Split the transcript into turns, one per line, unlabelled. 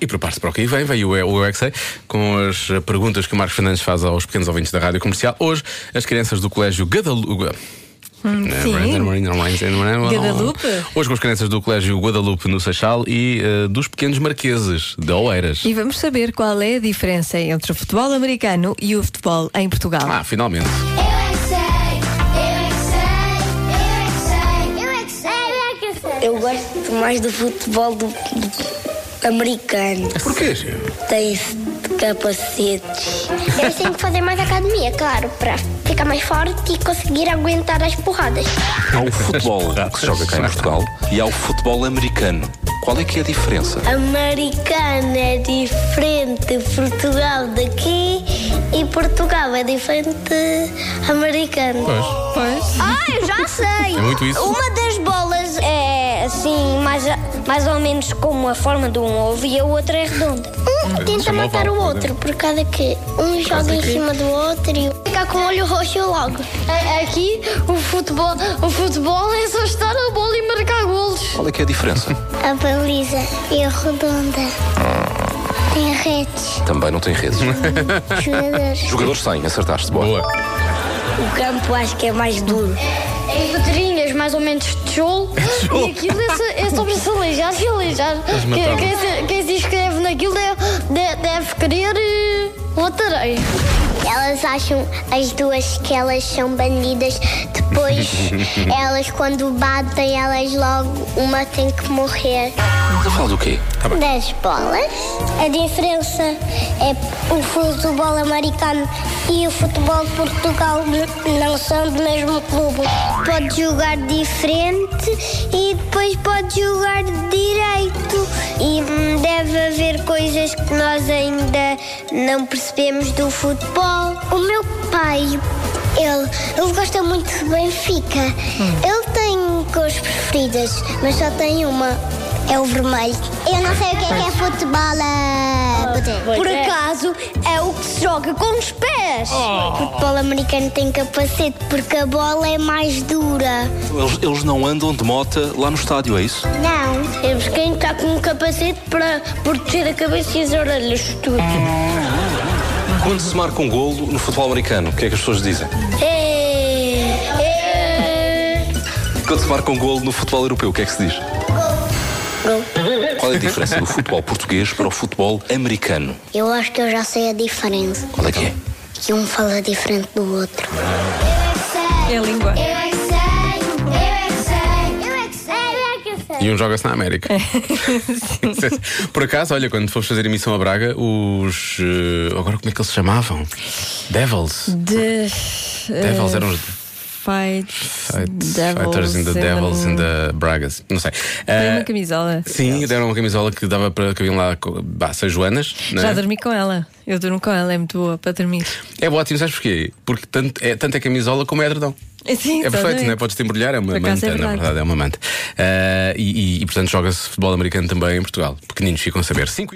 E prepare-se para o que aí vem, veio o Eu o Eu É Que Sei, com as eh, perguntas que o Marcos Fernandes faz aos pequenos ouvintes da Rádio Comercial. Hoje, as crianças do Colégio Guadalupe.
Hum,
é
Guadalupe.
Hoje com as crianças do Colégio Guadalupe no Seixal e eh, dos pequenos marqueses de Oeiras.
E vamos saber qual é a diferença entre o futebol americano e o futebol em Portugal.
Ah, finalmente.
Eu é que sei, eu é que sei, eu é que sei, eu é que sei, eu é que sei.
Eu gosto mais do futebol do, do americano.
Porquê?
Tem capacetes.
Eu tenho que fazer mais academia, claro, para ficar mais forte e conseguir aguentar as porradas.
Há É o futebol que se joga cá em Portugal e há o futebol americano. Qual é que é a diferença?
Americano é diferente de Portugal daqui e Portugal é diferente de americano.
Pois.
Pois.
Ah, eu já sei!
É muito isso.
Uma das bolas é assim, mais, mais ou menos como a forma de um ovo e a outra é redonda. Um
tenta matar o outro,
por causa que um joga em cima do outro e fica com o olho roxo logo. Aqui, o futebol, o futebol é só estar a bola e marcar golos.
Qual é que é a diferença?
A baliza é redonda. Tem redes,
Também não tem redes.
jogadores.
Jogadores têm, acertaste, boa.
Boa.
O campo acho que é mais duro.
Em pedrinhas, mais ou menos de tijolo.
tijolo.
E aquilo é, so- é sobre se aleijar e aleijar.
mataram.
Quem, quem se, quem se inscreve naquilo deve, de- deve querer eh, lotareia.
Elas acham, as duas, que elas são bandidas. Depois, elas, quando batem, elas logo uma tem que morrer.
Estás a falar Então do quê?
Das bolas. A diferença é o futebol americano e o futebol de Portugal n- não são do mesmo clube. Pode jogar diferente e depois pode jogar direito. E hum, deve haver coisas que nós ainda não percebemos do futebol. O meu pai ele, ele gosta muito de Benfica.
Hum.
Ele tem cores preferidas, mas só tem uma. É o vermelho. Eu não sei o que é, que é futebol.
Por acaso, Ah, é o que se joga com os pés.
O futebol americano tem capacete porque a bola é mais dura.
Eles, eles não andam de mota lá no estádio, é isso?
Não.
Temos quem está com um capacete para proteger a cabeça e as orelhas, tudo.
Quando se marca um golo no futebol americano, o que é que as pessoas dizem? Quando se marca um golo no futebol europeu, o que é que se diz? Qual é a diferença do futebol português para o futebol americano?
Eu acho que eu já sei a diferença.
Qual é que é?
Que um fala diferente do outro.
É a língua.
Eu é que sei, eu é que sei, eu é que sei, eu é que sei.
E um joga-se na América.
É.
Por acaso, olha, quando fomos fazer emissão a Braga, os. eh, agora como é que eles se chamavam? Devils.
De, Eh,
Devils eram os.
uh, Fight,
Fight-
devils,
Fighters in the
eram-
Devils in the Bragas. Não sei.
Tem
Eh,
uma camisola.
sim, deram uma camisola que dava para. que vinham lá. co- Bah, seis Joanas. né?
Já dormi com ela. Eu durmo com ela, é muito boa para dormir.
É ótimo, sabes porquê? Porque tanto é, tanto é camisola como é edredom.
Sim,
É perfeito,
exatamente.
não é? Podes-te embrulhar, é uma
Por
manta,
acaso é
na
verdade.
verdade, é uma manta. Eh, e, e- e, portanto joga-se futebol americano também em Portugal. Pequeninos ficam a saber. Cinco e-